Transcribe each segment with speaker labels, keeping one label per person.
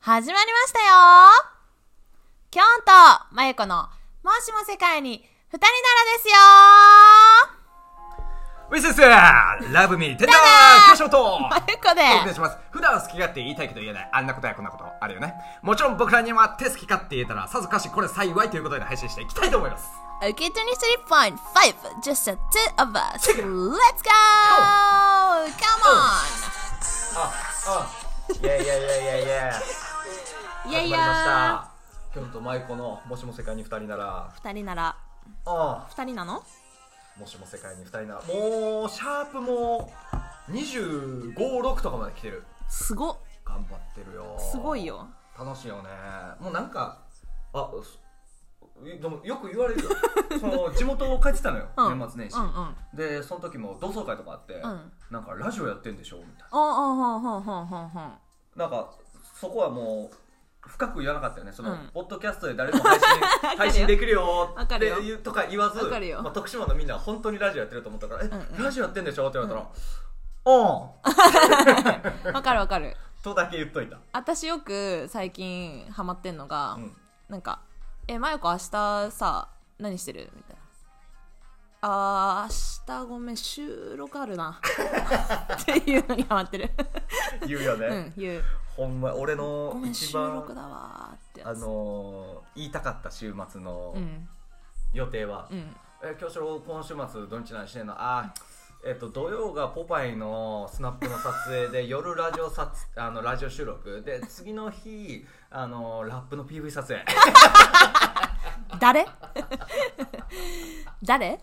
Speaker 1: 始まりましたよきょんとまゆこのもしも世界に二人ならですよ
Speaker 2: ウィス先生ラブミーテンダー教師 のと
Speaker 1: まゆこで
Speaker 2: お願いします普段好き勝手言いたいけど言えないあんなことやこんなことあるよねもちろん僕らには手好き勝手言えたらさぞかしこれ幸いということで配信していきたいと思います
Speaker 1: Okay, 23.5 just the two of us Let's go Come
Speaker 2: ああいやいやいやいやいや
Speaker 1: on いやいや
Speaker 2: きょんとまいこのもしも世界に二人なら
Speaker 1: 二人なら
Speaker 2: あ
Speaker 1: 二人なの
Speaker 2: もしも世界に二人ならもうシャープも256とかまで来てる
Speaker 1: すご
Speaker 2: 頑張ってるよ
Speaker 1: すごいよ
Speaker 2: 楽しいよねもうなんかあそえでもよく言われ るよその地元を帰ってたのよ、
Speaker 1: うん
Speaker 2: 年末年始、
Speaker 1: うんうん
Speaker 2: でその時も同窓会とかあって、
Speaker 1: ん
Speaker 2: なんかラジオやってんでしょみたい
Speaker 1: おんおんほんほんほんほんほん
Speaker 2: ななんかそこはもう深く言わなかったよねその、
Speaker 1: うん
Speaker 2: ポッドキャストで誰で も配信配信できるよ
Speaker 1: わ
Speaker 2: っ
Speaker 1: か
Speaker 2: て
Speaker 1: るよ
Speaker 2: いうとか言わず
Speaker 1: わかるよ
Speaker 2: まあ、徳島のみんなは本当にラジオやってると思ったから
Speaker 1: ん
Speaker 2: 「
Speaker 1: うん
Speaker 2: えラジオやってんでしょ?」って言われたら「うん」
Speaker 1: わかるわかる
Speaker 2: とだけ言っといた、
Speaker 1: 私よく最近ハマってんのが、
Speaker 2: うん
Speaker 1: なんか「えまゆこ明日さ何してる?」みたいな「あー明日ごめん収録ある な」っていうのにハマってる
Speaker 2: 言うよね、
Speaker 1: うん言う
Speaker 2: ほんま
Speaker 1: 「
Speaker 2: 俺
Speaker 1: ご
Speaker 2: の
Speaker 1: めん
Speaker 2: 一
Speaker 1: 収
Speaker 2: 番
Speaker 1: 録だわ」ってや
Speaker 2: あ
Speaker 1: つ
Speaker 2: のー言いたかった週末の
Speaker 1: うん
Speaker 2: 予定は、
Speaker 1: うん
Speaker 2: え京志郎今週末土日何してんのあーえっと土曜がポパイのスナップの撮影で 夜ラジオ撮あのラジオ収録で次の日あのーラップの PV 撮影
Speaker 1: 誰誰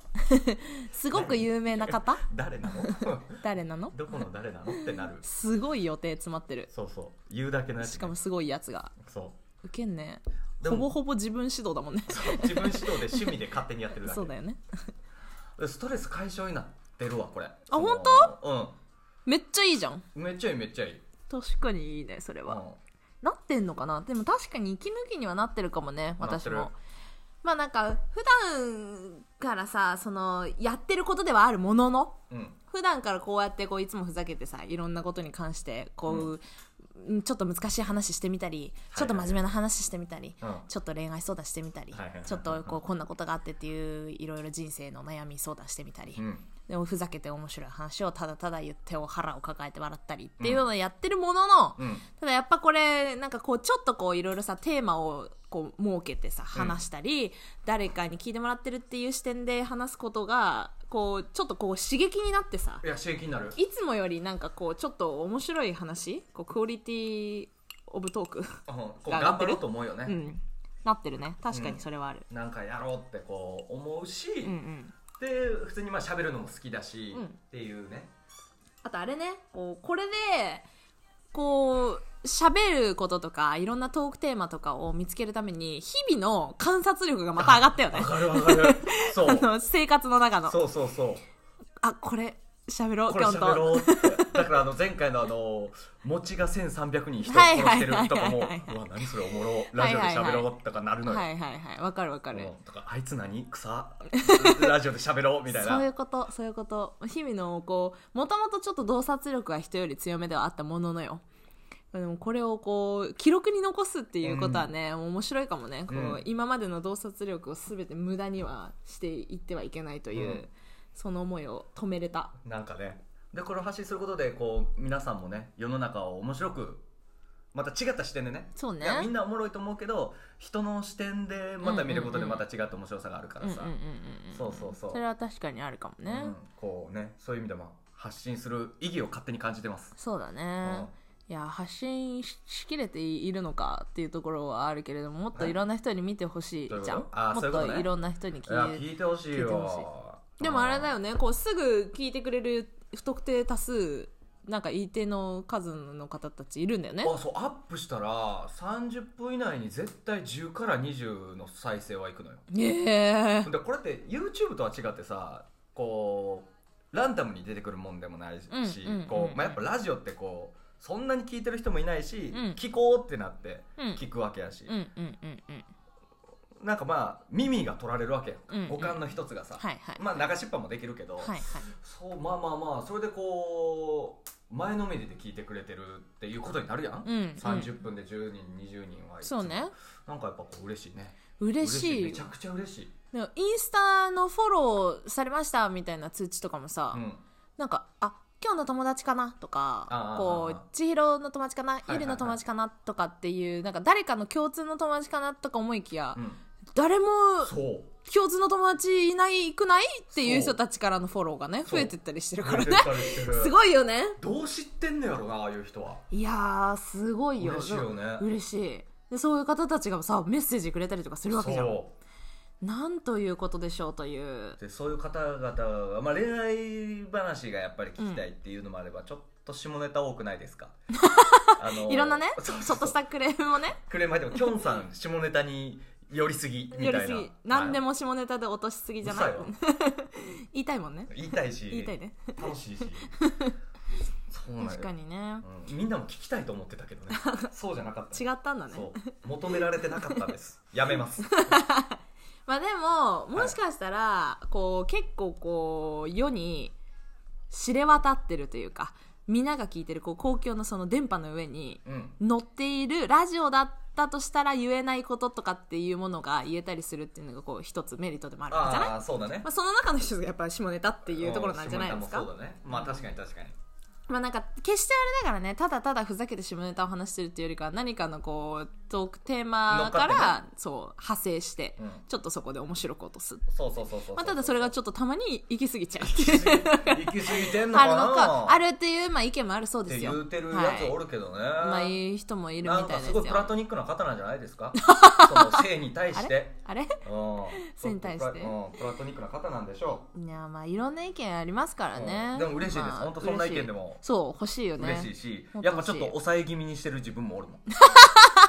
Speaker 1: すごく有名な方
Speaker 2: 誰なの
Speaker 1: 誰なの
Speaker 2: どこの誰なのってなる
Speaker 1: すごい予定詰まってる
Speaker 2: そうそう言うだけのやつ
Speaker 1: しかもすごいやつが
Speaker 2: そ
Speaker 1: ウケんね
Speaker 2: で
Speaker 1: ほ
Speaker 2: も
Speaker 1: ぼほぼ自分指導だもんね
Speaker 2: うそう自分指導で趣味で勝手にやってるだけ
Speaker 1: そうだよね
Speaker 2: でストレス解消になってるわこれあ
Speaker 1: 本
Speaker 2: 当
Speaker 1: めっちゃいいじゃん
Speaker 2: うんめっちゃいいめっちゃいい、
Speaker 1: 確かにいいねそれ
Speaker 2: う
Speaker 1: は、
Speaker 2: ん
Speaker 1: なってんのかなでも確かに息抜きにはなってるかもね
Speaker 2: なっ
Speaker 1: 私
Speaker 2: てる
Speaker 1: もまあなんか普段からさそのやってることではあるものの
Speaker 2: うん、
Speaker 1: 普段からこうやってこういつもふざけてさいろんなことに関してこう、うんちょっと難しい話してみたりちょっと真面目な話してみたり、
Speaker 2: うん
Speaker 1: ちょっと恋愛相談してみたり、
Speaker 2: はいはいはい
Speaker 1: ちょっとこうこんなことがあってっていういろいろ人生の悩み相談してみたり、
Speaker 2: うん、
Speaker 1: でもふざけて面白い話をただただ言ってお腹を抱えて笑ったりっていうのをやってるものの、
Speaker 2: うん
Speaker 1: ただやっぱこれなんかこうちょっとこういろいろさテーマをこう設けてさ話したり、誰かに聞いてもらってるっていう視点で話すことがこうちょっとこう刺激になってさ
Speaker 2: いや刺激になる
Speaker 1: いつもよりなんかこうちょっと面白い話こうクオリティオブトーク、
Speaker 2: うんこう
Speaker 1: 上が
Speaker 2: 頑
Speaker 1: って
Speaker 2: 張
Speaker 1: る
Speaker 2: ろうと思うよね、
Speaker 1: うん、なってるね確かにそれはある、
Speaker 2: なんかやろうってこう思うし、
Speaker 1: うん、うん
Speaker 2: で普通にまあ喋るのも好きだし、
Speaker 1: うん
Speaker 2: っていうね
Speaker 1: あとあれねこうこれでこう喋ることとかいろんなトークテーマとかを見つけるために日々の観察力がまた上がったよね
Speaker 2: わかるわかる そ
Speaker 1: あ
Speaker 2: う
Speaker 1: の生活の中の
Speaker 2: そうそうそう
Speaker 1: あこれ喋ろう
Speaker 2: これ
Speaker 1: きょんと
Speaker 2: 喋ろうってだからあの前回のあの餅が1300人人を殺してるとかも
Speaker 1: は
Speaker 2: う
Speaker 1: いはいはいはい
Speaker 2: わ何それおもろラジオで喋ろうとかなるのよ、
Speaker 1: はいはいはいわかるわかる、
Speaker 2: うんとかあいつ何 草ラジオで喋ろうみたいな
Speaker 1: そういうことそういうこと日々のこうもともとちょっと洞察力が人より強めではあったもののよでもこれをこう記録に残すっていうことはね、もう面白いかもねこう、
Speaker 2: うん
Speaker 1: 今までの洞察力を全て無駄にはしていってはいけないという、
Speaker 2: うん
Speaker 1: その思いを止めれた
Speaker 2: なんかねでこれを発信することでこう皆さんもね世の中を面白くまた違った視点でね
Speaker 1: そうね
Speaker 2: いやみんなおもろいと思うけど人の視点でまた見ることで
Speaker 1: うんうん
Speaker 2: ま
Speaker 1: うん
Speaker 2: た違った面白さがあるからさ、
Speaker 1: うんうんうんん
Speaker 2: そうそうそう
Speaker 1: それは確かにあるかもね、
Speaker 2: うんこうねそういう意味でも発信する意義を勝手に感じてます
Speaker 1: そうだね、いや発信ししきれているのかっていうところはあるけれどももっといろんな人に見てほしい
Speaker 2: はい
Speaker 1: じゃん、
Speaker 2: どういうことあー
Speaker 1: も
Speaker 2: そうい
Speaker 1: っ
Speaker 2: うことね
Speaker 1: といろんな人に
Speaker 2: いや
Speaker 1: 聞いて
Speaker 2: 聞いてほしい
Speaker 1: 聞いて
Speaker 2: よ
Speaker 1: ほでもあれだよねこうすぐ聞いてくれる不特定多数なんか一定の数の方たちいるんだよね
Speaker 2: あそうアップしたら30分以内に絶対10から20の再生はいくのよ
Speaker 1: へえ
Speaker 2: でこれって YouTube とは違ってさこうランダムに出てくるもんでもないし
Speaker 1: うんうんうんうん
Speaker 2: こうまあやっぱラジオってこうそんなに聞いてる人もいないし、
Speaker 1: うん
Speaker 2: 聞こうってなって
Speaker 1: うん
Speaker 2: 聞くわけやし、
Speaker 1: うんうんうんうん
Speaker 2: なんかまあ耳が取られるわけやんか、
Speaker 1: うんうん
Speaker 2: 五感の一つがさ、
Speaker 1: はいはい
Speaker 2: まあ流しっぱもできるけど、
Speaker 1: はいはい
Speaker 2: そうまあまあまあそれでこう前のめりで聞いてくれてるっていうことになるやん、
Speaker 1: うんうん
Speaker 2: 30分で10人20人はいつ
Speaker 1: そ
Speaker 2: も
Speaker 1: うね
Speaker 2: なんかやっぱこう嬉しいね
Speaker 1: 嬉し
Speaker 2: め
Speaker 1: い
Speaker 2: ちゃくちゃ嬉しい、
Speaker 1: でもインスタのフォローされましたみたいな通知とかもさ、
Speaker 2: うん、
Speaker 1: なんかあ今日の友達かなとか
Speaker 2: あー
Speaker 1: こう千尋の友達かない
Speaker 2: はいはい
Speaker 1: ゆりの友達かなとかっていうなんか誰かの共通の友達かなとか思いきや、
Speaker 2: うん、
Speaker 1: 誰も
Speaker 2: そう
Speaker 1: 共通の友達いないくないっていう
Speaker 2: そう
Speaker 1: 人たちからのフォローがね
Speaker 2: そ
Speaker 1: 増
Speaker 2: う
Speaker 1: えてったりしてるから
Speaker 2: 触れ
Speaker 1: ね
Speaker 2: てたりしてる
Speaker 1: すごいよね
Speaker 2: どう知ってんのやろなああいう人はい
Speaker 1: やーすごいよ
Speaker 2: 嬉しいよね
Speaker 1: 嬉しいでそういう方たちがさメッセージくれたりとかするわけじゃん
Speaker 2: そ
Speaker 1: なんということでしょうという
Speaker 2: うでそういう方々が、まあ、恋愛話がやっぱり聞きたいっていうのもあれば、ちょっと下ネタ多くないで すかあの
Speaker 1: いろんなねち
Speaker 2: そうそう
Speaker 1: ょっとしたクレームもね
Speaker 2: クレーム入ってもきょんさん下ネタに寄りすぎ み
Speaker 1: よ
Speaker 2: た
Speaker 1: り
Speaker 2: い
Speaker 1: す
Speaker 2: な
Speaker 1: ぎ何でも下ネタで落としすぎじゃない
Speaker 2: 嘘よ
Speaker 1: 言いたいもんね
Speaker 2: 言いたいし
Speaker 1: 言いたいね
Speaker 2: 楽し いしそうなんよ
Speaker 1: 確かにね
Speaker 2: うんみんなも聞きたいと思ってた けどねそうじゃなかった
Speaker 1: 違ったんだね
Speaker 2: そう求められてなかったですやめます
Speaker 1: まあでももしかしたら、こう結構こう世に知れ渡ってるというかみんなが聞いてるこう公共のその電波の上に
Speaker 2: うん
Speaker 1: 載っているラジオだったとしたら言えないこととかっていうものが言えたりするっていうのがこう一つメリットでもあるわけじゃない
Speaker 2: ああそうだね
Speaker 1: まあ、その中の一つがやっぱり下ネタっていうところなんじゃないです
Speaker 2: うん下ネタも
Speaker 1: か
Speaker 2: そうだねまあ確かに確かに
Speaker 1: まあなんか決してあれだからねただただふざけて下ネタを話してるっていうよりかは何かのこうトークテーマか
Speaker 2: 乗っから
Speaker 1: そう派生して、
Speaker 2: うん
Speaker 1: ちょっとそこで面白く落とす
Speaker 2: そうそうそうそう
Speaker 1: まあ、ただそれがちょっとたまに行き過ぎちゃうっていう
Speaker 2: 行き過ぎてんの
Speaker 1: あ
Speaker 2: か
Speaker 1: るのか
Speaker 2: な
Speaker 1: あるっていう、まあ、意見もあるそう
Speaker 2: っ
Speaker 1: で
Speaker 2: て
Speaker 1: す
Speaker 2: 言
Speaker 1: よ
Speaker 2: うてるやつ
Speaker 1: は
Speaker 2: お
Speaker 1: い
Speaker 2: るけどね、
Speaker 1: まあいう人もいるみ
Speaker 2: なん
Speaker 1: た
Speaker 2: か
Speaker 1: いですす
Speaker 2: ご
Speaker 1: よ
Speaker 2: いプラトニックな方なんじゃないで すかその性に対
Speaker 1: あ
Speaker 2: して
Speaker 1: れあれ
Speaker 2: うん
Speaker 1: 性に対して
Speaker 2: うんプラトニックな方なんでしょ
Speaker 1: いやまあいろんな意見ありますからね、
Speaker 2: うんでも嬉しいです
Speaker 1: まあ
Speaker 2: 本当そんな意見
Speaker 1: 嬉しい
Speaker 2: でも
Speaker 1: そう欲しいよ
Speaker 2: う、
Speaker 1: ね
Speaker 2: 嬉しいし
Speaker 1: もっと欲しい
Speaker 2: やっぱちょっと抑え気味にしてる自分もおるもん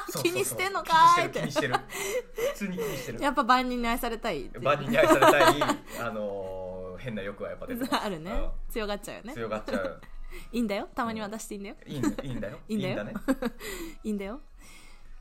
Speaker 2: そうそうそう
Speaker 1: 気にしてんのかーいって
Speaker 2: 気にしてる 気にしてる普通に気にしてる
Speaker 1: やっぱ万人に愛されたいっていう
Speaker 2: 万人に愛されたいあのー変な欲はやっぱ出てます
Speaker 1: あるね
Speaker 2: う
Speaker 1: 強がっちゃうよ
Speaker 2: ん
Speaker 1: ね
Speaker 2: 強がっちゃう
Speaker 1: いいんだよたまには出していいんだよ、
Speaker 2: いいんいいんだよ
Speaker 1: いいんだよ
Speaker 2: ね
Speaker 1: いいんだよ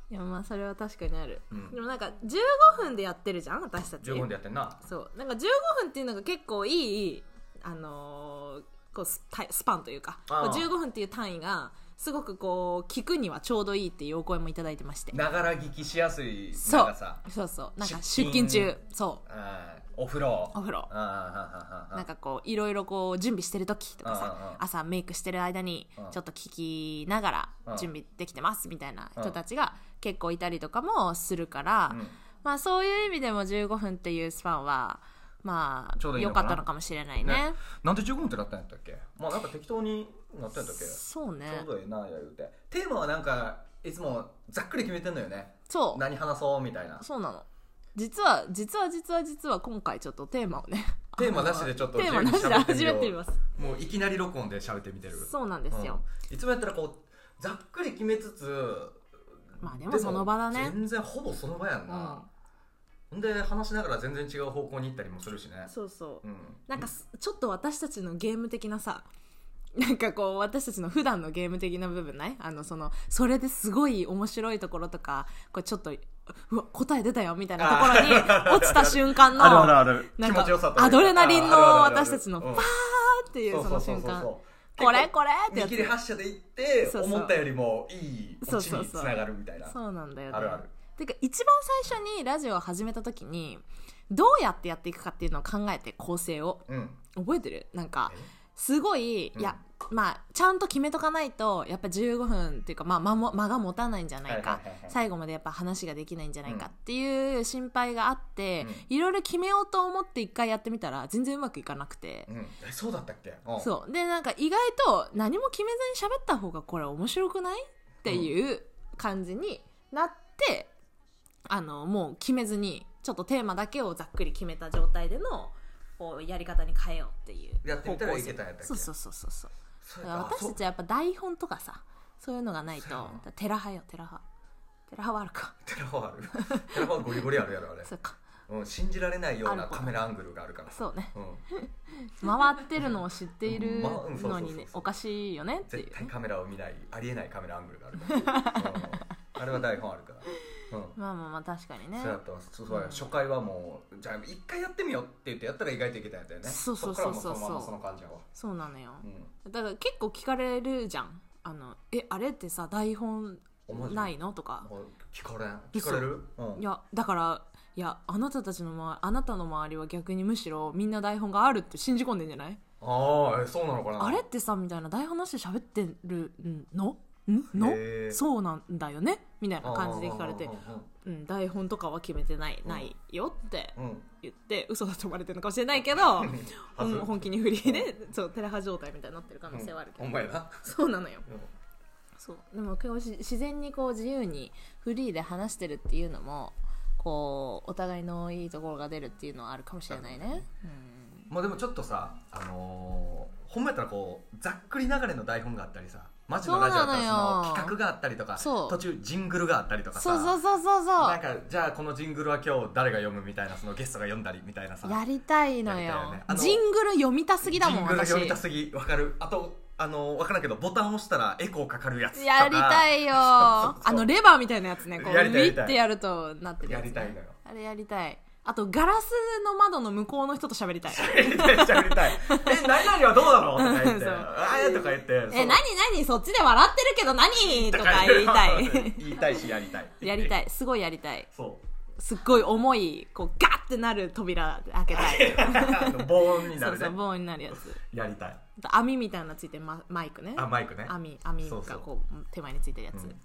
Speaker 1: いやまあそれは確かにある、
Speaker 2: うん
Speaker 1: でもなんか15分でやってるじゃん私たち
Speaker 2: 15分でやってんな
Speaker 1: そうなんか15分っていうのが結構いいあのーこうスタイスパンというか
Speaker 2: ああ
Speaker 1: こう15分っていう単位がすごくこう聞くにはちょうどいいっていうお声もいただいてまして
Speaker 2: ながら聞きしやすい
Speaker 1: そ
Speaker 2: なんか
Speaker 1: う
Speaker 2: さ
Speaker 1: そうそうなんか出
Speaker 2: 出勤
Speaker 1: 勤中そ
Speaker 2: あーお風呂
Speaker 1: うお風呂
Speaker 2: あーはんはんはんは
Speaker 1: なん
Speaker 2: ん
Speaker 1: かこういろいろこう準備してる時とか
Speaker 2: うんうんう
Speaker 1: さ
Speaker 2: ん
Speaker 1: 朝メイクしてる間に
Speaker 2: うん
Speaker 1: ちょっと聞きなが
Speaker 2: うん
Speaker 1: ら準備できてますみたいな人たちが結構いたりとかもするから
Speaker 2: うん
Speaker 1: まあそういう意味でも15分っていうスパンはま
Speaker 2: ちょうど
Speaker 1: あ
Speaker 2: いい
Speaker 1: 良
Speaker 2: のか
Speaker 1: か
Speaker 2: な
Speaker 1: ったのかもしれない
Speaker 2: ね
Speaker 1: ね。
Speaker 2: なんで15分ってなったんやったっけまあなんか適当になったんやったっけち
Speaker 1: そうね
Speaker 2: ょうどええなや言うてテーマはなんかいつもざっくり決めてんのよね
Speaker 1: そ
Speaker 2: 何話そうみたいな
Speaker 1: うそうなの実は実は実は実は今回ちょっとテーマをね
Speaker 2: テーマなしでちょっと
Speaker 1: テーマなしで始めてみます
Speaker 2: もういきなり録音で喋ってみてる
Speaker 1: そうなんですよ、
Speaker 2: うんいつもやったらこうざっくり決めつつ
Speaker 1: まあでもその場だね
Speaker 2: 全然ほぼその場やんな、ほん、で話しながら全然違う方向に行ったりもするしね
Speaker 1: そうそう
Speaker 2: うん
Speaker 1: なんかすちょっと私たちのゲーム的なさなんかこう私たちの普段のゲーム的な部分ないあのそのそれですごい面白いところとかこうちょっとうわ答え出たよみたいなところに落ちた瞬間の
Speaker 2: ある
Speaker 1: なん
Speaker 2: 気
Speaker 1: か
Speaker 2: 持ちよさというか
Speaker 1: アドレナリンの
Speaker 2: あるあるあるある
Speaker 1: 私たちの
Speaker 2: うん
Speaker 1: っていうその瞬間
Speaker 2: そうそうそうそう
Speaker 1: これこれって
Speaker 2: 見
Speaker 1: や
Speaker 2: 切り
Speaker 1: つ
Speaker 2: 発車で行って
Speaker 1: そうそう
Speaker 2: 思ったよりもいい
Speaker 1: そ
Speaker 2: オ
Speaker 1: う
Speaker 2: チ
Speaker 1: そう
Speaker 2: に
Speaker 1: そう
Speaker 2: つながるみたいな
Speaker 1: そうなんだよね
Speaker 2: あるある
Speaker 1: てか一番最初にラジオを始めた時にどうやってやっていくかっていうのを考えて構成を
Speaker 2: うん
Speaker 1: 覚えてるなんか
Speaker 2: え
Speaker 1: すごい、
Speaker 2: うん
Speaker 1: いやまあちゃんと決めとかないとやっぱ15分っていうか、まあ、間も間が持たないんじゃないか、
Speaker 2: はいはいはいはい
Speaker 1: 最後までやっぱ話ができないんじゃないかっていう心配があって、
Speaker 2: う
Speaker 1: いろいろ決めようと思って一回やってみたら全然うまくいかなくて
Speaker 2: う、んえそうだったっけうん
Speaker 1: そうでなんか意外と何も決めずに喋った方がこれ面白くないっていう感じになって、あのもう決めずにちょっとテーマだけをざっくり決めた状態でのこうやり方に変えようっていう
Speaker 2: やってみたらい
Speaker 1: 方向
Speaker 2: け
Speaker 1: 性
Speaker 2: たんやったっけ
Speaker 1: そうそうそうそうそう
Speaker 2: そう
Speaker 1: だか
Speaker 2: や
Speaker 1: ら
Speaker 2: った
Speaker 1: 私
Speaker 2: あそう
Speaker 1: たちはやっぱ台本とかさそういうのがないと
Speaker 2: そうやな
Speaker 1: だテラ派よテラ派テラ派はあるか
Speaker 2: テラファーあるテラファーゴリゴリあるやろあれ
Speaker 1: そうか
Speaker 2: うん、信じられないよう
Speaker 1: あ
Speaker 2: な
Speaker 1: るか
Speaker 2: カメラアングルがあるからさ、
Speaker 1: そうね
Speaker 2: うん、
Speaker 1: 回ってるのを知っている
Speaker 2: まあうんそうそうそ
Speaker 1: の
Speaker 2: う
Speaker 1: にねおかしいよねっていう
Speaker 2: 絶
Speaker 1: ね
Speaker 2: 対カメラを見ないありえないカメラアングルがあるから、うんあれは台本あるからうん
Speaker 1: まあまあまあ確かにね
Speaker 2: そうやったわそうそう
Speaker 1: うん
Speaker 2: 初回はもうじゃあ一回やってみようって言ってやったら意外といけたんやったよね
Speaker 1: そうそうそうそう
Speaker 2: っからもそのままその感じやわ
Speaker 1: そうなのよ
Speaker 2: うん
Speaker 1: だから結構聞かれるじゃんあのえあれってさ台本
Speaker 2: 思う
Speaker 1: ないのとか
Speaker 2: もう聞かれん聞
Speaker 1: 嘘
Speaker 2: かれるうん
Speaker 1: いやだからいやあなたたちの周りあなたの周りは逆にむしろみんな台本があるって信じ込んでんじゃない
Speaker 2: ああえそうなのかな
Speaker 1: あれってさみたいな台本なしで喋ってるのんの
Speaker 2: へー
Speaker 1: そうなんだよねみたいな
Speaker 2: あー
Speaker 1: 感じで聞かれて
Speaker 2: う
Speaker 1: 「
Speaker 2: ん
Speaker 1: うん台本とかは決めてない
Speaker 2: うん
Speaker 1: ないよ」って
Speaker 2: うんうん
Speaker 1: 言って嘘だと思われてるのかもしれないけど
Speaker 2: はず
Speaker 1: ほん本気にフリーでそうテレハ状態みたいになってる可能性はあるけ
Speaker 2: うん
Speaker 1: ど、
Speaker 2: ほんまやな
Speaker 1: そうなのよ
Speaker 2: うん
Speaker 1: そうでもこうし自然にこう自由にフリーで話してるっていうのもこうお互いのいいところが出るっていうのはあるかもしれないね、うん、
Speaker 2: まあでもちょっとさあのー、ほんまやったらこうざっくり流れの台本があったりさマジのラジオだったら
Speaker 1: そう
Speaker 2: そ
Speaker 1: なのよ
Speaker 2: の企画があったりとか
Speaker 1: そう
Speaker 2: 途中ジングルがあったりとかさ
Speaker 1: そうそうそうそうそ
Speaker 2: なんかじゃあこのジングルは今日誰が読むみたいなそのゲストが読んだりみたいなさ
Speaker 1: うやりたいのよ
Speaker 2: やりたいよねあの
Speaker 1: ジングル読みたすぎだもん
Speaker 2: ジングル
Speaker 1: 私
Speaker 2: 読みたすぎわかるあとあのわからんけどボタン押したらエコーかかるやつとか
Speaker 1: やりたいよあ
Speaker 2: そうそう
Speaker 1: のレバーみたいなやつねこうウ
Speaker 2: やりたいやり
Speaker 1: ィ
Speaker 2: たい
Speaker 1: ってやるとなってるやつ、ね、
Speaker 2: やりたいのよ
Speaker 1: あれやりたいあとガラスの窓の向こうの人と喋りたい
Speaker 2: やりたいやりたいえ何々はどうなのとか言っ て
Speaker 1: そう
Speaker 2: あえとか言ってそ
Speaker 1: え何
Speaker 2: う
Speaker 1: 何そっちで笑ってるけど何と
Speaker 2: と
Speaker 1: か
Speaker 2: か
Speaker 1: 言いたい
Speaker 2: 言いたいしやりたい
Speaker 1: やりた
Speaker 2: い
Speaker 1: いすごいやりたい
Speaker 2: そう
Speaker 1: すっごい重いこうガッてなる扉開けたい
Speaker 2: あの防音にな
Speaker 1: そう
Speaker 2: る
Speaker 1: そう
Speaker 2: ね
Speaker 1: 棒になるやつ
Speaker 2: やりたい
Speaker 1: あと網みたいなのついてるママイクね
Speaker 2: あマイクね
Speaker 1: 網網
Speaker 2: そうそ
Speaker 1: が
Speaker 2: う
Speaker 1: こう手前についてるやつ、
Speaker 2: うん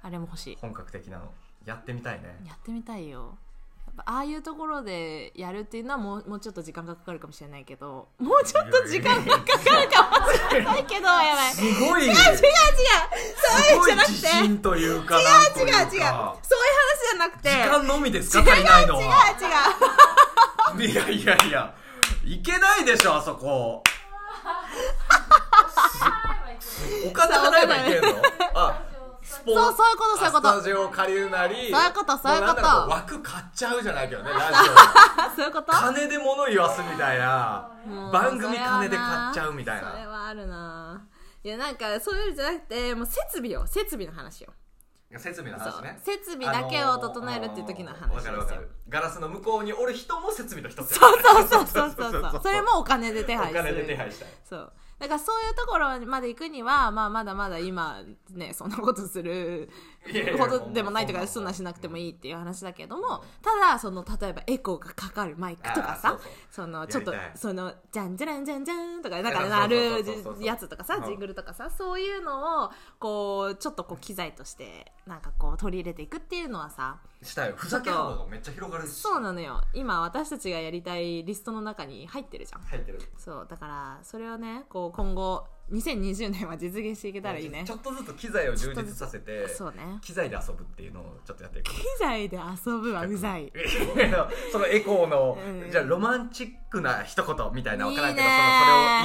Speaker 1: あれも欲しい
Speaker 2: 本格的なのやってみたいね
Speaker 1: やってみたいよやっぱああいうところでやるっていうのはもうもうちょっと時間がかかるかもしれないけどもうちょっと時間がかかるかもしれないけどやばい
Speaker 2: すごい
Speaker 1: 違う違うそういう
Speaker 2: す
Speaker 1: ん
Speaker 2: ご
Speaker 1: じ
Speaker 2: い
Speaker 1: ゃなくて
Speaker 2: 自信というか違
Speaker 1: 違う違う違うそういう話じゃなくて
Speaker 2: 時間のみですか足りないのは
Speaker 1: 違う違う
Speaker 2: いやいやいや、いけないでしょ、あそこ。すお金払えばいけんのあ、スポ
Speaker 1: そうそういうことそういうこと
Speaker 2: あスタジオ借りるなり、そう
Speaker 1: いうことそういうこと
Speaker 2: 枠買っちゃうじゃないけど ね、ラジオに。
Speaker 1: あそういうこと
Speaker 2: 金で物言わすみたいな。
Speaker 1: もう
Speaker 2: 番組金で買っちゃうみたい
Speaker 1: それ
Speaker 2: な。
Speaker 1: はあるないやなんかそういうのじゃなくてもう設備を設備の話よ
Speaker 2: 設備の話ね。
Speaker 1: そう設備だけを整えるっていう時の話
Speaker 2: わかるわかる。ガラスの向こうにおる人も設備の一つや
Speaker 1: そうそうそう そうそうそうそれもお金で手
Speaker 2: お
Speaker 1: 配する
Speaker 2: 金で手配したい。
Speaker 1: そうだからそういうところまで行くには、まあ、まだまだ今ねそんなことする
Speaker 2: いやいや
Speaker 1: ほどでもないと
Speaker 2: も
Speaker 1: か
Speaker 2: う
Speaker 1: そんなしなくてもいいっていう話だけど
Speaker 2: うん
Speaker 1: もただその例えばエコーがかかるマイクとか
Speaker 2: あーそ
Speaker 1: さ
Speaker 2: うそう
Speaker 1: そのちょっと
Speaker 2: やりたい
Speaker 1: そのじゃんじゃらんじゃんじゃんとかなんか
Speaker 2: いや
Speaker 1: な
Speaker 2: そ
Speaker 1: る
Speaker 2: うそうそうそうそう
Speaker 1: やつとかさ
Speaker 2: うん
Speaker 1: ジングルとかさそういうのをこうちょっとこう機材としてなんかこう取り入れていくっていうのはさ
Speaker 2: したよ。ふざけ幅がめっちゃ広がるし。
Speaker 1: そうなのよ今私たちがやりたいリストの中に入ってるじゃん
Speaker 2: 入ってる。
Speaker 1: そうだからそれをねこう今後2020年は実現していけたらいいね
Speaker 2: ちょっとずつ機材を充実させて
Speaker 1: そうね
Speaker 2: 機材で遊ぶっていうのをちょっとやっていく
Speaker 1: 機材で遊ぶはうざいいい
Speaker 2: そのエコーの、
Speaker 1: うん
Speaker 2: じゃあロマンチックな一言みたいなわからんけど
Speaker 1: いいね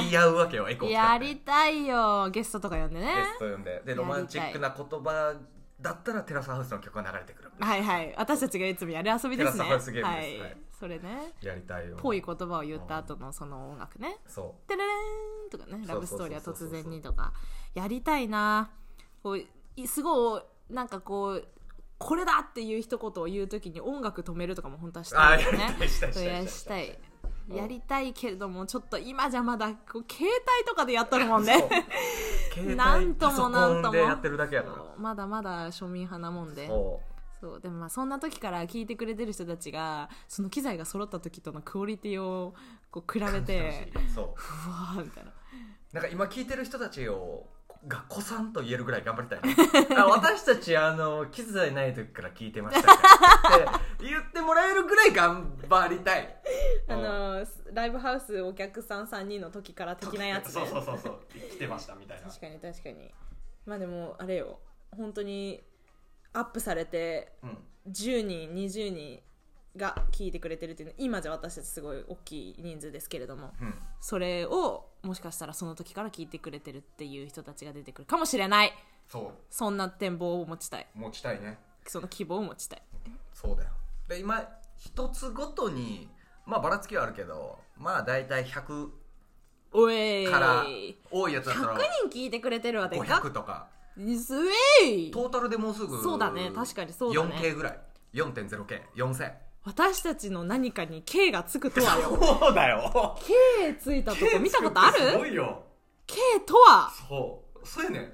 Speaker 2: そのそれを言い合うわけよエコーを使
Speaker 1: や
Speaker 2: って
Speaker 1: りたいよゲストとか呼んでね
Speaker 2: ゲスト呼んででロマンチックな言葉だったらテラスハウスの曲が流れてくる
Speaker 1: はいはい私たちがいつもやる遊びですね
Speaker 2: テラスハウスゲーム
Speaker 1: は
Speaker 2: です
Speaker 1: い
Speaker 2: はい
Speaker 1: それね
Speaker 2: やりたいよ
Speaker 1: ぽい言葉を言った後のその音楽ね
Speaker 2: そ
Speaker 1: 「テレレーン!」とかね「
Speaker 2: そ
Speaker 1: ラ
Speaker 2: うそう
Speaker 1: ブス
Speaker 2: そうそ
Speaker 1: ト
Speaker 2: う
Speaker 1: ーリーは突然に」とかやりたいなこういすごいなんかこうこれだっていう一言を言うときに音楽止めるとかも本当はし
Speaker 2: うあ
Speaker 1: た
Speaker 2: あ
Speaker 1: い
Speaker 2: や
Speaker 1: よ
Speaker 2: り
Speaker 1: ね
Speaker 2: たいしたい
Speaker 1: そ
Speaker 2: し
Speaker 1: う
Speaker 2: た
Speaker 1: や
Speaker 2: い
Speaker 1: したい
Speaker 2: うん
Speaker 1: やりたいけれどもちょっと今じゃまだこう携帯とかでやっとるもんね
Speaker 2: そう携帯
Speaker 1: なんともなんとも
Speaker 2: パソコンでやってるだけやから
Speaker 1: そうまだまだ庶民派なもんで
Speaker 2: そ
Speaker 1: そうでもまあそんな時から聞いてくれてる人たちがその機材が揃った時とのクオリティをこう比べ
Speaker 2: う
Speaker 1: て
Speaker 2: 楽しいそう
Speaker 1: うわーみたいな
Speaker 2: なんか今聞いてる人たちをが子さんと言えるぐらい頑張りたい なあ私たちあの機材ない時から聞いてましたからって言ってもらえるぐらい頑張りたい
Speaker 1: あのーライブハウスお客さん3人の時から的なやつね
Speaker 2: そうそうそうそう来てましたみたいな
Speaker 1: 確かに確かにまあでもあれよ本当にアップされて
Speaker 2: うん
Speaker 1: 10人20人が聞いてくれてるっていうの今じゃ私たちすごい大きい人数ですけれども
Speaker 2: うん
Speaker 1: それをもしかしたらその時から聞いてくれてるっていう人たちが出てくるかもしれない
Speaker 2: そ
Speaker 1: そんな展望を持ちたいう
Speaker 2: 持ちたいね
Speaker 1: その希望を持ちたい
Speaker 2: そうだよで今一つごとにまあばらつきはあるけどまあ大体100
Speaker 1: おえ
Speaker 2: から
Speaker 1: ー
Speaker 2: 多いやつだった
Speaker 1: 100
Speaker 2: ら
Speaker 1: 人聞いてくれてるわでか
Speaker 2: 500とか
Speaker 1: ウェイ
Speaker 2: トータルでもうすぐ
Speaker 1: そうだね確かにそうだね
Speaker 2: 4K ぐらい 4.0K4000
Speaker 1: 私たちの何かに K がつくとは よ
Speaker 2: そうだよ
Speaker 1: K ついたとこ見たことあ
Speaker 2: K ってすご
Speaker 1: る
Speaker 2: いよ
Speaker 1: K とは
Speaker 2: そうそうやねん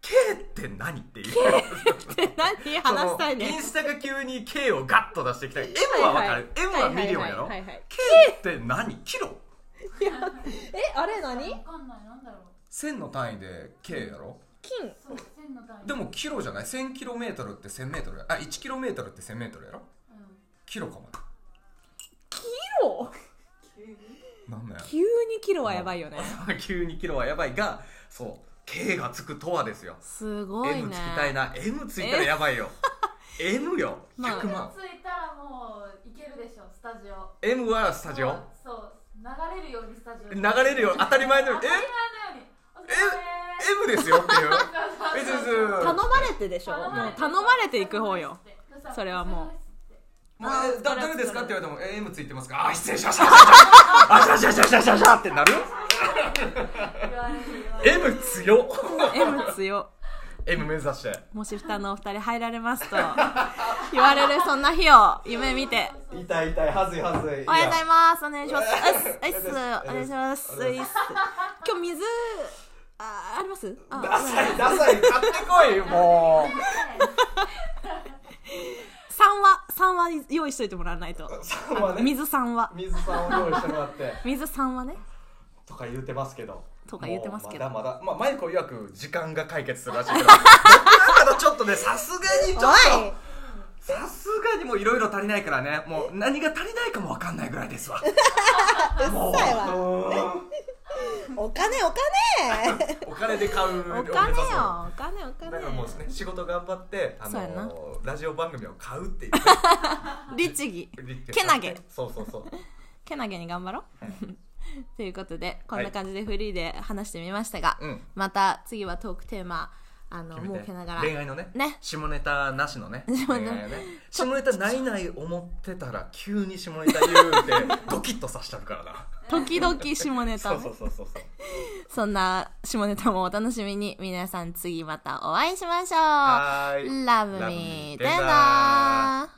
Speaker 2: K って何っていう
Speaker 1: って何話したい
Speaker 2: そのイ
Speaker 1: ね
Speaker 2: ンスタが急に K をガッと出してきたり M は分かる M はミリオンやろ
Speaker 1: はいはいはいはい
Speaker 2: K って何キロ
Speaker 1: いやえあれ何
Speaker 3: わかんない、なんだろう。
Speaker 2: 千の単位で K やろ
Speaker 1: 金
Speaker 3: そう、線の単位。
Speaker 2: でもキロじゃない千キロメートルって千メートルやあ一キロメートルって千メートルやろ
Speaker 3: うん。
Speaker 2: キロかもね
Speaker 1: ロ
Speaker 2: なんだよ
Speaker 1: 急にキロはやばいよね
Speaker 2: 急にキロはやばいがそう K がつくとはですよ
Speaker 1: すごい
Speaker 2: M
Speaker 1: ね
Speaker 2: つきたいな M ついたらやばいよ M よ
Speaker 1: まあ
Speaker 2: 100万、
Speaker 3: ついたらもう、いけるでしょ、スタジオ。
Speaker 2: M はスタジオ
Speaker 3: そう、流れるようにスタジオ。
Speaker 2: 流れるよ当たり前のように
Speaker 3: 当たり前のように。お疲
Speaker 2: M
Speaker 3: れ様です
Speaker 2: ですよっ ていう別にそう
Speaker 1: 頼まれてでしょ
Speaker 3: 頼ま
Speaker 1: も
Speaker 3: れ
Speaker 1: う
Speaker 3: て
Speaker 1: 頼まれていく方 よそれはもう
Speaker 2: まあ
Speaker 1: あ、
Speaker 2: だ
Speaker 1: 疲れ
Speaker 2: 誰ですかって言
Speaker 1: 疲
Speaker 2: われても、え M ついてますかあ、失礼しました。あ、しゃしゃしゃしゃしゃしゃってなるよ。
Speaker 3: 言われる言われる
Speaker 2: M 強
Speaker 1: M 強
Speaker 2: M 目指して。
Speaker 1: もし蓋のお二人入られますと言われるそんな日を夢見て
Speaker 2: 痛い痛い、はずいはずい。
Speaker 1: おはようござい
Speaker 2: ま
Speaker 1: ますお願いしますうっすうっすお
Speaker 2: お
Speaker 1: 願
Speaker 2: 願
Speaker 1: い
Speaker 2: い
Speaker 1: し
Speaker 2: し
Speaker 1: ま
Speaker 2: ますす
Speaker 1: ういっす今日水あありますあ
Speaker 2: ダサい、ダサい、買ってこい、も
Speaker 1: 三話三話用意しといてもらわないと
Speaker 2: う。さんはね、
Speaker 1: 水三話
Speaker 2: 水さんを用意してもらって、
Speaker 1: 水三話ね
Speaker 2: とか言うてますけど。
Speaker 1: とか言うてますけど
Speaker 2: もうまだまだ、まあ、マイコ曰く時間が解決するらしいけど、僕なんかのちょっとね、さすがにちょっと、さすがにもういろいろ足りないからね、もう何が足りないかもわかんないぐらいで すわ。もう
Speaker 4: さいわ
Speaker 2: うん
Speaker 4: お金お金
Speaker 2: お金で買う
Speaker 1: お
Speaker 2: お
Speaker 1: 金よお金お
Speaker 2: だからもう
Speaker 1: 金
Speaker 2: ね仕事頑張ってあ
Speaker 1: そうやな
Speaker 2: のラジオ番組を買うっていう
Speaker 1: 律儀 け
Speaker 2: け
Speaker 1: なげ
Speaker 2: そうそうそう
Speaker 1: けなげに頑張ろう ということでこん
Speaker 2: は
Speaker 1: ない感じでフリーで話してみましたが、
Speaker 2: うん
Speaker 1: また次はトークテーマあの
Speaker 2: 決め
Speaker 1: 設
Speaker 2: て
Speaker 1: けながら
Speaker 2: 恋愛のね
Speaker 1: ね
Speaker 2: 下ネタなしのね恋
Speaker 1: 下ネ
Speaker 2: 愛
Speaker 1: タ
Speaker 2: のね下ネタないない思ってたら急に下ネタ言うって ドキッとさしたるからな
Speaker 1: 時々下ネタ ね
Speaker 2: そうそうそうそうそう
Speaker 1: そんな下ネタもお楽しみに皆さん次またお会いしましょう
Speaker 2: はーい
Speaker 1: Love me
Speaker 2: Love me
Speaker 1: dinner,
Speaker 2: dinner